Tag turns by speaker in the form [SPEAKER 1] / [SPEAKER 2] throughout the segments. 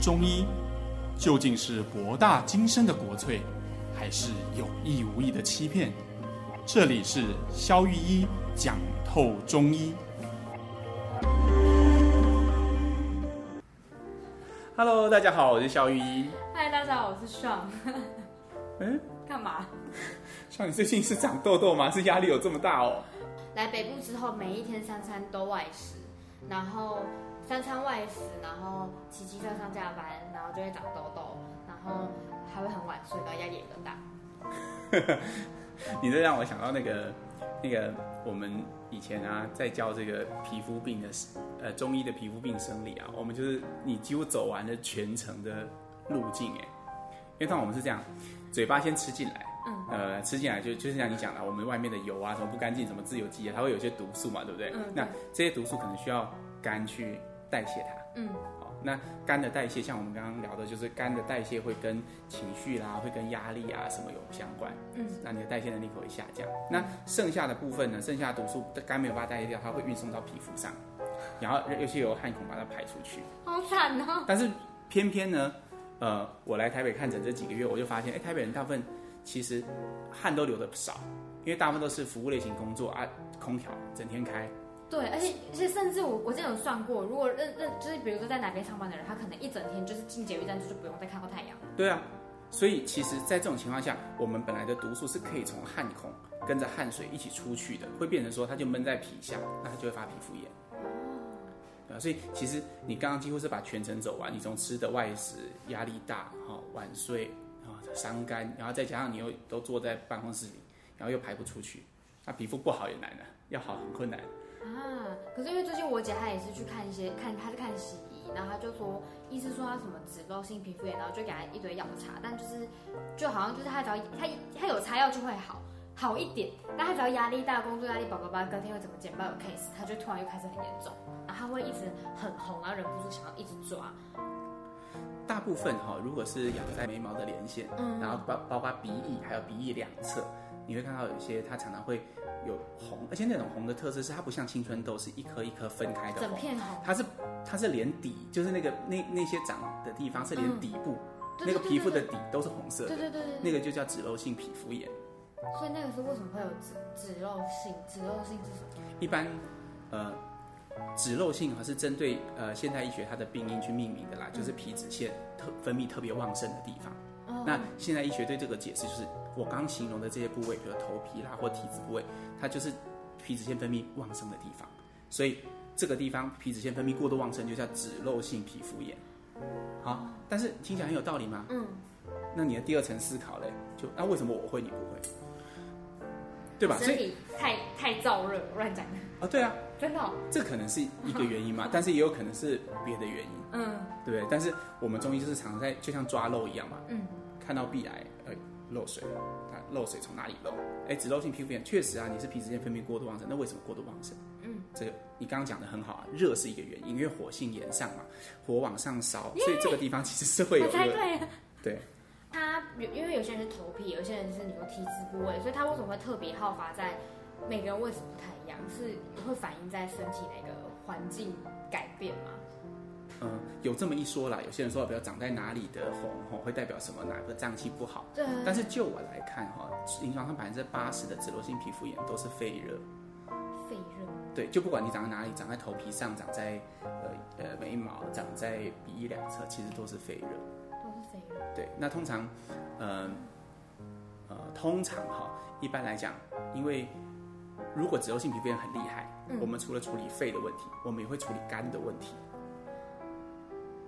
[SPEAKER 1] 中医究竟是博大精深的国粹，还是有意无意的欺骗？这里是肖玉一讲透中医。Hello，大家好，我是肖玉一。
[SPEAKER 2] 嗨，大家好，我是爽。
[SPEAKER 1] 嗯，
[SPEAKER 2] 干嘛？
[SPEAKER 1] 像你最近是长痘痘吗？是压力有这么大哦？
[SPEAKER 2] 来北部之后，每一天三餐都外食，然后三餐外食，然后骑机车上下班，然后就会长痘痘，然后还会很晚睡，然后压力也更大。
[SPEAKER 1] 你这让我想到那个那个我们以前啊，在教这个皮肤病的呃中医的皮肤病生理啊，我们就是你几乎走完了全程的路径哎，因为当我们是这样，嘴巴先吃进来。
[SPEAKER 2] 嗯
[SPEAKER 1] 呃，吃进来就就是像你讲的，我们外面的油啊，什么不干净，什么自由基啊，它会有一些毒素嘛，对不对？
[SPEAKER 2] 嗯
[SPEAKER 1] 那这些毒素可能需要肝去代谢它。
[SPEAKER 2] 嗯
[SPEAKER 1] 好，那肝的代谢，像我们刚刚聊的，就是肝的代谢会跟情绪啦，会跟压力啊什么有相关。
[SPEAKER 2] 嗯
[SPEAKER 1] 那你的代谢能力可会下降。那剩下的部分呢？剩下的毒素肝没有办法代谢掉，它会运送到皮肤上，然后尤其有汗孔把它排出去。
[SPEAKER 2] 好惨哦。
[SPEAKER 1] 但是偏偏呢，呃，我来台北看诊这几个月，我就发现，哎，台北人大部分其实汗都流的少，因为大部分都是服务类型工作啊，空调整天开，
[SPEAKER 2] 对，而且而且甚至我我之前有算过，如果认认就是比如说在哪边上班的人，他可能一整天就是进捷运站就不用再看到太阳。
[SPEAKER 1] 对啊，所以其实，在这种情况下，我们本来的毒素是可以从汗孔跟着汗水一起出去的，会变成说它就闷在皮下，那它就会发皮肤炎。对啊，所以其实你刚刚几乎是把全程走完，你从吃的外食、压力大、哈、晚睡啊、伤肝，然后再加上你又都坐在办公室里，然后又排不出去，那皮肤不好也难啊，要好很困难。
[SPEAKER 2] 啊，可是因为最近我姐她也是去看一些看，她是看西医，然后她就说，医师说她什么脂漏性皮肤炎，然后就给她一堆药擦，但就是就好像就是她只要她她有擦药就会好好一点，但她只要压力大、工作压力宝宝吧，隔天又怎么减半有 case，她就突然又开始很严重，然后她会一直很红，然啊后忍不住想要一直抓，
[SPEAKER 1] 大部分哈、如果是养在眉毛的连线，
[SPEAKER 2] 嗯
[SPEAKER 1] 然后包包括鼻翼，还有鼻翼两侧，你会看到有一些它常常会有红，而且那种红的特色是它不像青春痘是一颗一颗分开的
[SPEAKER 2] 整
[SPEAKER 1] 红，
[SPEAKER 2] 片红，
[SPEAKER 1] 它是它是连底，就是那个那那些长的地方是连底部、
[SPEAKER 2] 嗯对
[SPEAKER 1] 那个
[SPEAKER 2] 对对
[SPEAKER 1] 皮肤的
[SPEAKER 2] 对
[SPEAKER 1] 底都是红色的
[SPEAKER 2] 对，对对对，
[SPEAKER 1] 那个就叫脂漏性皮肤炎。
[SPEAKER 2] 所以那个时候为什么会有脂脂漏性？脂漏性是什么？
[SPEAKER 1] 一般呃脂漏性还是针对呃现代医学它的病因去命名的啦，就是皮脂腺特分泌特别旺盛的地方。
[SPEAKER 2] 哦
[SPEAKER 1] 那现在医学对这个解释就是，我刚形容的这些部位，比如头皮啦或体脂部位，它就是皮脂腺分泌旺盛的地方，所以这个地方皮脂腺分泌过度旺盛就叫脂漏性皮肤炎。好，但是听起来很有道理吗？
[SPEAKER 2] 嗯，
[SPEAKER 1] 那你的第二层思考嘞，就那、为什么我会你不会？对吧？所
[SPEAKER 2] 身
[SPEAKER 1] 以
[SPEAKER 2] 体太太燥热，我乱讲的，
[SPEAKER 1] 啊，对啊，
[SPEAKER 2] 真的哦、
[SPEAKER 1] 这可能是一个原因 嘛，但是也有可能是别的原因，
[SPEAKER 2] 嗯
[SPEAKER 1] 对不对？但是我们中医就是常在就像抓漏一样嘛，
[SPEAKER 2] 嗯。
[SPEAKER 1] 看到壁癌，呃，漏水，它漏水从哪里漏？哎，脂漏性皮肤炎确实啊，你是皮脂腺分泌过度旺盛，那为什么过度旺盛？
[SPEAKER 2] 嗯，
[SPEAKER 1] 这个你刚刚讲的很好啊，热是一个原因，因为火性炎上嘛，火往上烧，所以这个地方其实是会有
[SPEAKER 2] 我猜
[SPEAKER 1] 热的。
[SPEAKER 2] 对了。
[SPEAKER 1] 对，
[SPEAKER 2] 他有因为有些人是头皮，有些人是你有体脂部位，所以他为什么会特别好发在每个人位置不太一样，是会反映在身体那个环境改变吗？
[SPEAKER 1] 嗯，有这么一说啦，有些人说，比如长在哪里的红吼，会代表什么，哪个脏器不好。
[SPEAKER 2] 对，
[SPEAKER 1] 但是就我来看哈、临床上百分之八十的脂漏性皮肤炎都是肺热，
[SPEAKER 2] 肺热，
[SPEAKER 1] 对，就不管你长在哪里，长在头皮上，长在呃呃眉毛，长在鼻翼两侧，其实都是肺热。
[SPEAKER 2] 都是肺热。
[SPEAKER 1] 对，那通常，呃，呃，通常哈，一般来讲，因为如果脂漏性皮肤炎很厉害，
[SPEAKER 2] 嗯
[SPEAKER 1] 我们除了处理肺的问题，我们也会处理肝的问题，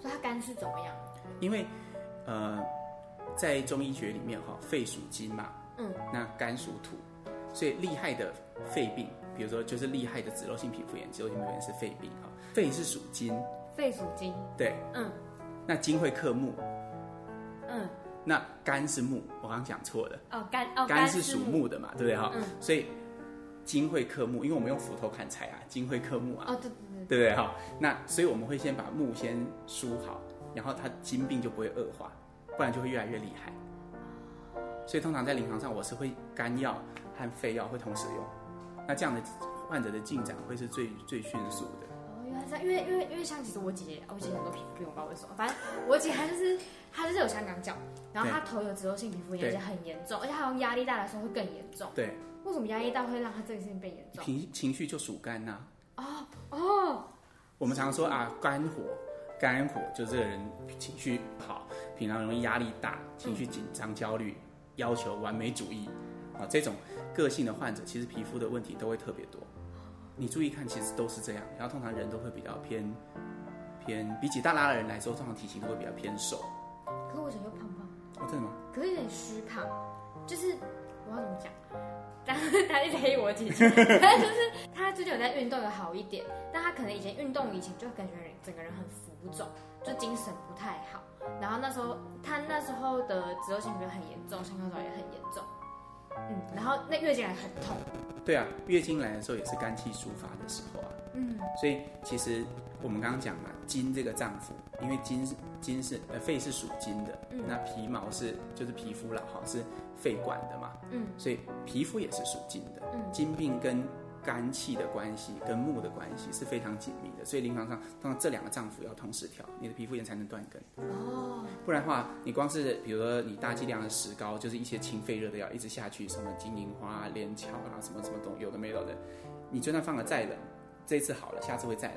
[SPEAKER 2] 所以他肝是怎么样？
[SPEAKER 1] 因为呃，在中医学里面哈，肺属金嘛，
[SPEAKER 2] 嗯，
[SPEAKER 1] 那肝属土，所以厉害的肺病，比如说就是厉害的脂漏性皮肤炎，脂漏性皮肤炎是肺病哈，肺是属金，
[SPEAKER 2] 肺属金。
[SPEAKER 1] 对，
[SPEAKER 2] 嗯
[SPEAKER 1] 那金会克木，
[SPEAKER 2] 嗯，
[SPEAKER 1] 那肝是木，我刚刚讲错了。
[SPEAKER 2] 哦肝哦
[SPEAKER 1] 肝是属。木的嘛，对不对哈？
[SPEAKER 2] 嗯
[SPEAKER 1] 所以金会克木，因为我们用斧头砍柴啊，金会克木啊，
[SPEAKER 2] 哦对对对，
[SPEAKER 1] 对不对哈？那所以我们会先把木先梳好，然后它金病就不会恶化，不然就会越来越厉害。所以通常在临床上，我是会肝药和肺药会同时用，那这样的患者的进展会是最最迅速的。
[SPEAKER 2] 哦原原来是这样，因为因为因为像其实我姐姐，我姐姐很多皮肤病，我不知道为什么，反正我姐她就是她就是有香港脚，然后她头有脂漏性皮肤炎，
[SPEAKER 1] 对
[SPEAKER 2] 而且很严重，而且她用压力大的时候会更严重。
[SPEAKER 1] 对，
[SPEAKER 2] 为什么压力大会让她这个事情变严重？
[SPEAKER 1] 情情绪就属肝呐、
[SPEAKER 2] 哦，
[SPEAKER 1] 我们常说啊，肝火，肝火就这个人情绪不好，平常容易压力大，
[SPEAKER 2] 嗯
[SPEAKER 1] 情绪紧张、焦虑，要求完美主义，啊，这种个性的患者，其实皮肤的问题都会特别多。你注意看，其实都是这样。然后通常人都会比较偏偏，比起大拉的人来说，通常体型都会比较偏瘦。
[SPEAKER 2] 可是我姐就胖胖，
[SPEAKER 1] 哦，真的吗？
[SPEAKER 2] 可是有点虚胖，就是我要怎么讲？她她一直黑我姐姐，但就是她最近有在运动有好一点，但她可能以前运动以前就感觉人整个人很浮肿，就精神不太好。然后那时候她那时候的脂漏性皮肤很严重，香港脚也很严重，嗯，然后那月经来很痛，
[SPEAKER 1] 对啊，月经来的时候也是肝气抒发的时候啊。
[SPEAKER 2] 嗯，
[SPEAKER 1] 所以其实我们刚刚讲嘛，金这个脏腑，因为金是金是呃肺是属金的，
[SPEAKER 2] 嗯
[SPEAKER 1] 那皮毛是就是皮肤啦哈，是肺管的嘛，
[SPEAKER 2] 嗯，
[SPEAKER 1] 所以皮肤也是属金的，
[SPEAKER 2] 嗯
[SPEAKER 1] 金病跟肝气的关系跟木的关系是非常紧密的，所以临床上通常这两个脏腑要同时调，你的皮肤炎才能断根，
[SPEAKER 2] 哦，
[SPEAKER 1] 不然的话，你光是比如说你大剂量的石膏，就是一些清肺热的药一直下去，什么金银花、啊、连翘啊，什么什么东有的没有的，你就算放了再冷，这次好了，下次会再来。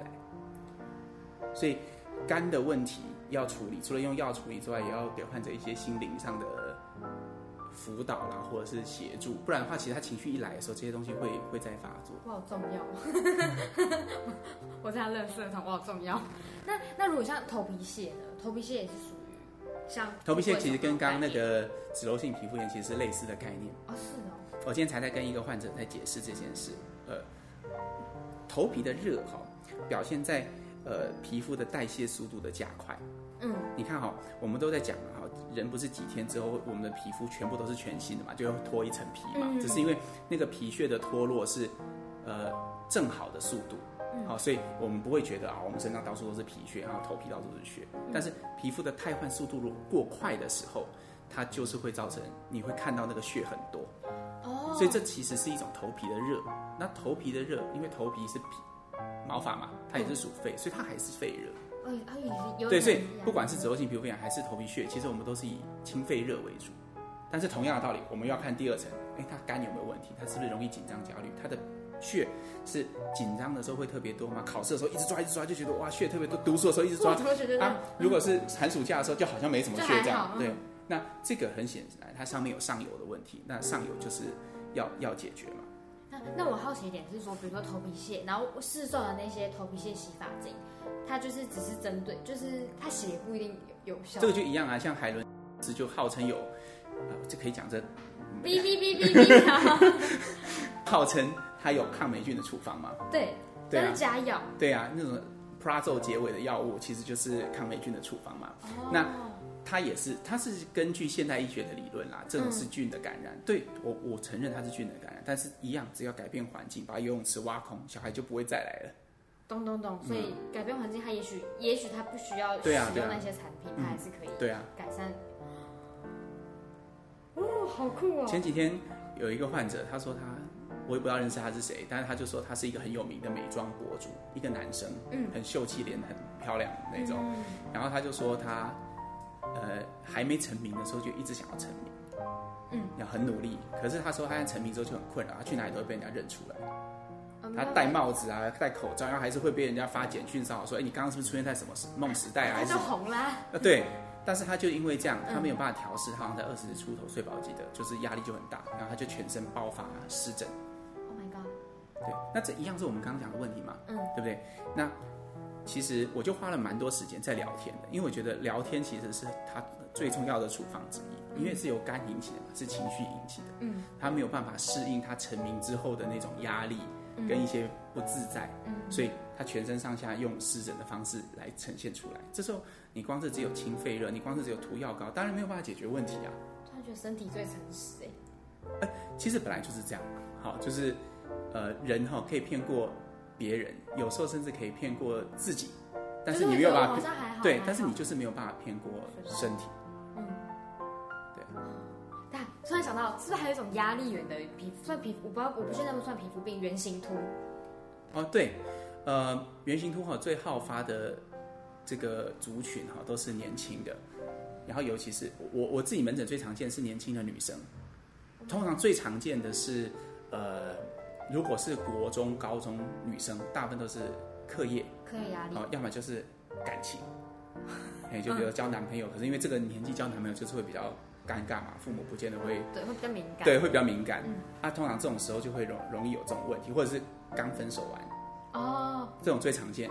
[SPEAKER 1] 所以肝的问题要处理，除了用药处理之外，也要给患者一些心灵上的辅导啦，或者是协助，不然的话，其实他情绪一来的时候，这些东西会会再发作。
[SPEAKER 2] 我好重要， 我在认识的桶，我好重要。那那如果像头皮屑呢？头皮屑也是属于像
[SPEAKER 1] 头皮屑其实跟刚刚那
[SPEAKER 2] 哦
[SPEAKER 1] 个脂漏性皮肤炎其实是类似的概念。
[SPEAKER 2] 是哦，
[SPEAKER 1] 我今天才在跟一个患者在解释这件事，呃，头皮的热哈、表现在呃皮肤的代谢速度的加快。
[SPEAKER 2] 嗯
[SPEAKER 1] 你看哈、我们都在讲嘛哈、人不是几天之后，我们的皮肤全部都是全新的嘛，就会脱一层皮嘛。
[SPEAKER 2] 嗯
[SPEAKER 1] 只是因为那个皮屑的脱落是呃正好的速度，
[SPEAKER 2] 嗯
[SPEAKER 1] 好、所以我们不会觉得啊，我们身上到处都是皮屑，然后头皮到处都是屑。
[SPEAKER 2] 嗯
[SPEAKER 1] 但是皮肤的汰换速度如果过快的时候，它就是会造成你会看到那个屑很多。
[SPEAKER 2] 哦，
[SPEAKER 1] 所以这其实是一种头皮的热。那头皮的热，因为头皮是皮毛发嘛，它也是属肺，所以它还是肺热。
[SPEAKER 2] 哎哎也嗯是有
[SPEAKER 1] 对，
[SPEAKER 2] 点
[SPEAKER 1] 所以
[SPEAKER 2] 不一样嗯
[SPEAKER 1] 不管是脂漏性皮肤炎还是头皮屑，其实我们都是以清肺热为主。但是同样的道理，我们要看第二层，哎，它肝有没有问题？它是不是容易紧张焦虑？它的血是紧张的时候会特别多吗？考试的时候一直抓一直抓，就觉得哇血特别多；读书的时候一直抓
[SPEAKER 2] 我，同学就是
[SPEAKER 1] 啊，如果是寒暑假的时候，就好像没什么
[SPEAKER 2] 就
[SPEAKER 1] 血
[SPEAKER 2] 还
[SPEAKER 1] 这样
[SPEAKER 2] 好。嗯
[SPEAKER 1] 对，那这个很显然，它上面有上游的问题，那上游就是要要解决嘛。
[SPEAKER 2] 那那我好奇一点是说，比如说头皮屑，然后市售的那些头皮屑洗发精，它就是只是针对，就是它洗也不一定有有效。
[SPEAKER 1] 这个就一样啊，像海伦斯就号称有，呃，这可以讲这，
[SPEAKER 2] 哔哔 哔哔哔，然后
[SPEAKER 1] 号称它有抗霉菌的处方嘛？
[SPEAKER 2] 对，
[SPEAKER 1] 对
[SPEAKER 2] 但
[SPEAKER 1] 啊
[SPEAKER 2] 是，假药。
[SPEAKER 1] 对啊，那种 Prazo 结尾的药物其实就是抗霉菌的处方嘛。
[SPEAKER 2] 哦
[SPEAKER 1] 那它也是，它是根据现代医学的理论啦，这种是菌的感染。对我，我承认它是菌的感染，但是一样，只要改变环境，把游泳池挖空，小孩就不会再来了。
[SPEAKER 2] 懂懂懂，所以改变环境，它也许也许它不需要使
[SPEAKER 1] 嗯对啊对
[SPEAKER 2] 用
[SPEAKER 1] 啊
[SPEAKER 2] 那些产品，它还是可以
[SPEAKER 1] 对啊，
[SPEAKER 2] 改善。哦，好酷哦！
[SPEAKER 1] 前几天有一个患者，他说他我也不知道认识他是谁，但是他就说他是一个很有名的美妆博主，一个男生，
[SPEAKER 2] 嗯，
[SPEAKER 1] 很秀气，脸很漂亮的那种。然后他就说他呃还没成名的时候就一直想要成名，
[SPEAKER 2] 嗯，
[SPEAKER 1] 要很努力。可是他说他在成名之后就很困扰，他去哪里都会被人家认出来。
[SPEAKER 2] 嗯
[SPEAKER 1] 他戴，帽子啊，戴口罩，然后还是会被人家发简讯骚扰，说：“哎，你刚刚是不是出现在什么时梦时代啊？
[SPEAKER 2] 他
[SPEAKER 1] 还是
[SPEAKER 2] 就红啦。
[SPEAKER 1] 啊，对。但是他就因为这样，他
[SPEAKER 2] 嗯
[SPEAKER 1] 没有办法调试，他好像在二十出头岁吧，我记得，就是压力就很大，然后他就全身爆发湿疹。
[SPEAKER 2] Oh my god！
[SPEAKER 1] 对，那这一样是我们刚刚讲的问题嘛，
[SPEAKER 2] 嗯，
[SPEAKER 1] 对不对？那其实我就花了蛮多时间在聊天的，因为我觉得聊天其实是他最重要的处方之一，因为是由肝引起的嘛，是情绪引起的，
[SPEAKER 2] 嗯，
[SPEAKER 1] 他没有办法适应他成名之后的那种压力跟一些不自在，
[SPEAKER 2] 嗯
[SPEAKER 1] 所以他全身上下用湿疹的方式来呈现出来。这时候你光是只有清肺热，你光是只有涂药膏，当然没有办法解决问题啊。
[SPEAKER 2] 突然觉得身体最诚实哎。
[SPEAKER 1] 其实本来就是这样，好，就是呃，人哈、可以骗过别人，有时候甚至可以骗过自己，但是
[SPEAKER 2] 就
[SPEAKER 1] 你
[SPEAKER 2] 会
[SPEAKER 1] 没有
[SPEAKER 2] 觉得
[SPEAKER 1] 办法
[SPEAKER 2] 好
[SPEAKER 1] 骗，
[SPEAKER 2] 像还好。
[SPEAKER 1] 对
[SPEAKER 2] 还，
[SPEAKER 1] 但是
[SPEAKER 2] 好
[SPEAKER 1] 你就是没有办法骗过身体。
[SPEAKER 2] 但突然想到，是不是还有一种压力源的皮肤？算皮肤，我不知道，我不确定那不算皮肤病，圆形秃。
[SPEAKER 1] 哦，对，呃，圆形秃哈最好发的这个族群哈都是年轻的，然后尤其是我我自己门诊最常见是年轻的女生，通常最常见的是呃，如果是国中、高中女生，大部分都是课业
[SPEAKER 2] 课业压力
[SPEAKER 1] 哦，要么就是感 情，哎，就比如交男朋友，可是因为这个年纪交男朋友就是会比较尴尬嘛，父母不见得会
[SPEAKER 2] 对会比较敏感，
[SPEAKER 1] 对，会比较敏感
[SPEAKER 2] 嗯。
[SPEAKER 1] 啊，通常这种时候就会容容易有这种问题，或者是刚分手完，
[SPEAKER 2] 哦，
[SPEAKER 1] 这种最常见。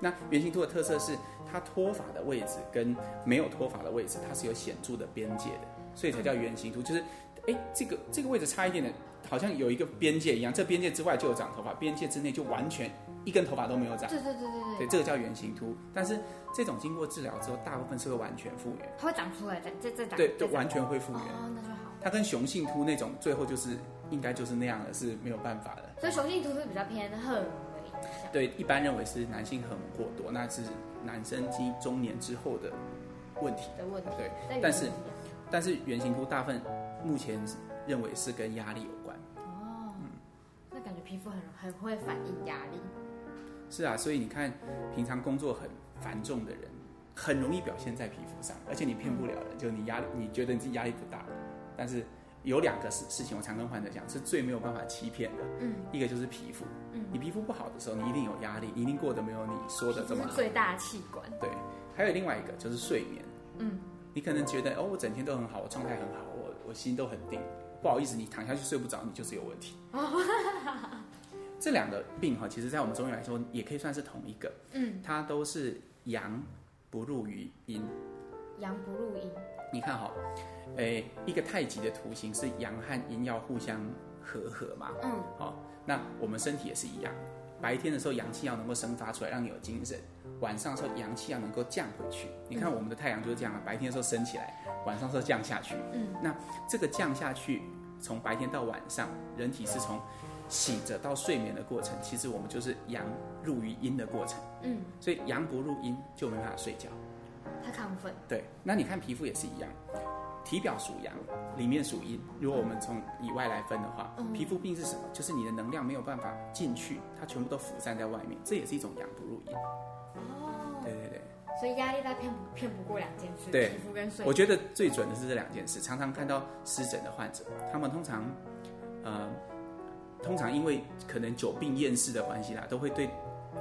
[SPEAKER 1] 那圆形秃的特色是，它脱发的位置跟没有脱发的位置，它是有显著的边界的，所以才叫圆形秃。就是，哎，这个这个位置差一点的，好像有一个边界一样，这边界之外就有长头发，边界之内就完全一根头发都没有长。
[SPEAKER 2] 对对对对
[SPEAKER 1] 对，
[SPEAKER 2] 对，
[SPEAKER 1] 这个叫圆形秃。但是这种经过治疗之后，大部分是会完全复原，
[SPEAKER 2] 它会长出来，再再再长，
[SPEAKER 1] 对，就
[SPEAKER 2] 再长
[SPEAKER 1] 完全会复原。
[SPEAKER 2] 哦，那就好。
[SPEAKER 1] 它跟雄性秃那种最后就是应该就是那样的，是没有办法的。
[SPEAKER 2] 所以雄性秃是比较偏荷尔蒙的影响，
[SPEAKER 1] 对，一般认为是男性荷尔蒙过多，那是男生经中年之后的问题。
[SPEAKER 2] 的问题。
[SPEAKER 1] 对，
[SPEAKER 2] 原因
[SPEAKER 1] 但是
[SPEAKER 2] 不一样
[SPEAKER 1] 但是圆形秃大部分目前认为是跟压力有关。
[SPEAKER 2] 哦，
[SPEAKER 1] 嗯
[SPEAKER 2] 那感觉皮肤很很会反应压力，
[SPEAKER 1] 是啊，所以你看，平常工作很繁重的人，很容易表现在皮肤上，而且你骗不了人，就你压力，你觉得你自己压力不大，但是有两个事事情，我常跟患者讲，是最没有办法欺骗的。
[SPEAKER 2] 嗯，
[SPEAKER 1] 一个就是皮肤，
[SPEAKER 2] 嗯
[SPEAKER 1] 你皮肤不好的时候，你一定有压力，你一定过得没有你说的这么
[SPEAKER 2] 皮肤是
[SPEAKER 1] 好。
[SPEAKER 2] 最大的器官。
[SPEAKER 1] 对，还有另外一个就是睡眠。
[SPEAKER 2] 嗯，
[SPEAKER 1] 你可能觉得哦，我整天都很好，我状态很好，我我心都很定。不好意思，你躺下去睡不着，你就是有问题。这两个病哈，其实在我们中医来说，也可以算是同一个。
[SPEAKER 2] 嗯，
[SPEAKER 1] 它都是阳不入于阴。
[SPEAKER 2] 阳不入阴，
[SPEAKER 1] 你看哈，诶，一个太极的图形是阳和阴要互相和合嘛。
[SPEAKER 2] 嗯，
[SPEAKER 1] 好、那我们身体也是一样，白天的时候阳气要能够生发出来，让你有精神；晚上的时候阳气要能够降回去。
[SPEAKER 2] 嗯
[SPEAKER 1] 你看我们的太阳就是这样啊，白天的时候升起来，晚上的时候降下去。
[SPEAKER 2] 嗯，
[SPEAKER 1] 那这个降下去，从白天到晚上，人体是从醒着到睡眠的过程，其实我们就是阳入于阴的过程。
[SPEAKER 2] 嗯，
[SPEAKER 1] 所以阳不入阴就没办法睡觉。
[SPEAKER 2] 太亢奋，
[SPEAKER 1] 对，那你看皮肤也是一样，体表属阳，里面属阴。如果我们从以外来分的话，
[SPEAKER 2] 嗯
[SPEAKER 1] 皮肤病是什么？就是你的能量没有办法进去，它全部都腐散在外面，这也是一种阳不入阴。
[SPEAKER 2] 哦，
[SPEAKER 1] 对对对，
[SPEAKER 2] 所以压力大骗不骗不过两件事，
[SPEAKER 1] 对
[SPEAKER 2] 皮肤跟睡
[SPEAKER 1] 我
[SPEAKER 2] 眠。
[SPEAKER 1] 觉得最准的是这两件事。常常看到湿疹的患者，他们通常，呃，通常因为可能久病厌世的关系啦，都会对，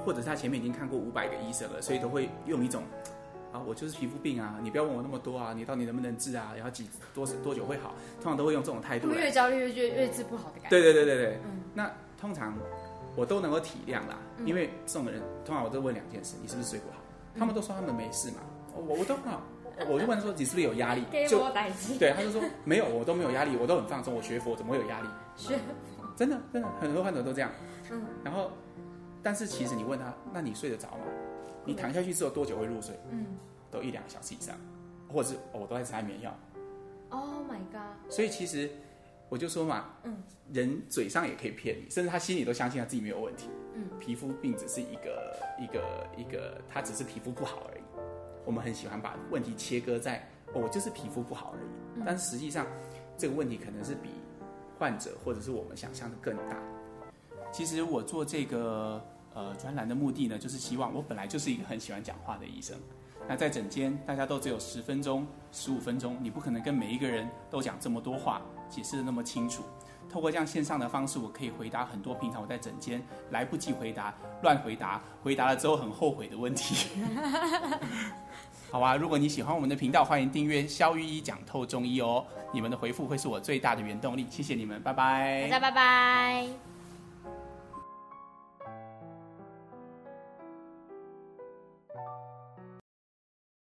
[SPEAKER 1] 或者是他前面已经看过五百个医生了，所以都会用一种。啊，我就是皮肤病啊！你不要问我那么多啊！你到底能不能治啊？然后几多多久会好？通常都会用这种态
[SPEAKER 2] 会
[SPEAKER 1] 度
[SPEAKER 2] 不
[SPEAKER 1] 来
[SPEAKER 2] 会越焦虑越越越治不好的感觉？
[SPEAKER 1] 对对对对对，
[SPEAKER 2] 嗯
[SPEAKER 1] 那通常我都能够体谅啦，
[SPEAKER 2] 嗯
[SPEAKER 1] 因为这种人通常我都问两件事：你是不是睡不好？他们都说他们没事嘛，我我都很好，我就问他说你是不是有压力？
[SPEAKER 2] 给
[SPEAKER 1] 就
[SPEAKER 2] 我打击，
[SPEAKER 1] 对，他就说没有，我都没有压力，我都很放松，我学佛怎么会有压力？
[SPEAKER 2] 是，
[SPEAKER 1] 真的真的，很多患者都这样。
[SPEAKER 2] 嗯，
[SPEAKER 1] 然后，但是其实你问他，那你睡得着吗？你躺下去之后多久会入睡？
[SPEAKER 2] 嗯
[SPEAKER 1] 都一两个小时以上，或者是、哦我都在吃安眠药。
[SPEAKER 2] ，Oh my god，
[SPEAKER 1] 所以其实我就说嘛，
[SPEAKER 2] 嗯，
[SPEAKER 1] 人嘴上也可以骗你，甚至他心里都相信他自己没有问题。
[SPEAKER 2] 嗯，
[SPEAKER 1] 皮肤病只是一个一个一个，他只是皮肤不好而已。我们很喜欢把问题切割在哦，我就是皮肤不好而已，但实际上这个问题可能是比患者或者是我们想象的更大。其实我做这个呃专栏的目的呢，就是希望我本来就是一个很喜欢讲话的医生。那在诊间，大家都只有十分钟、十五分钟，你不可能跟每一个人都讲这么多话，解释的那么清楚。透过这样线上的方式，我可以回答很多平常我在诊间来不及回答、乱回答、回答了之后很后悔的问题。 好啊，如果你喜欢我们的频道，欢迎订阅“肖玉一讲透中医”哦。你们的回复会是我最大的原动力，谢谢你们，拜拜。
[SPEAKER 2] 大家拜拜。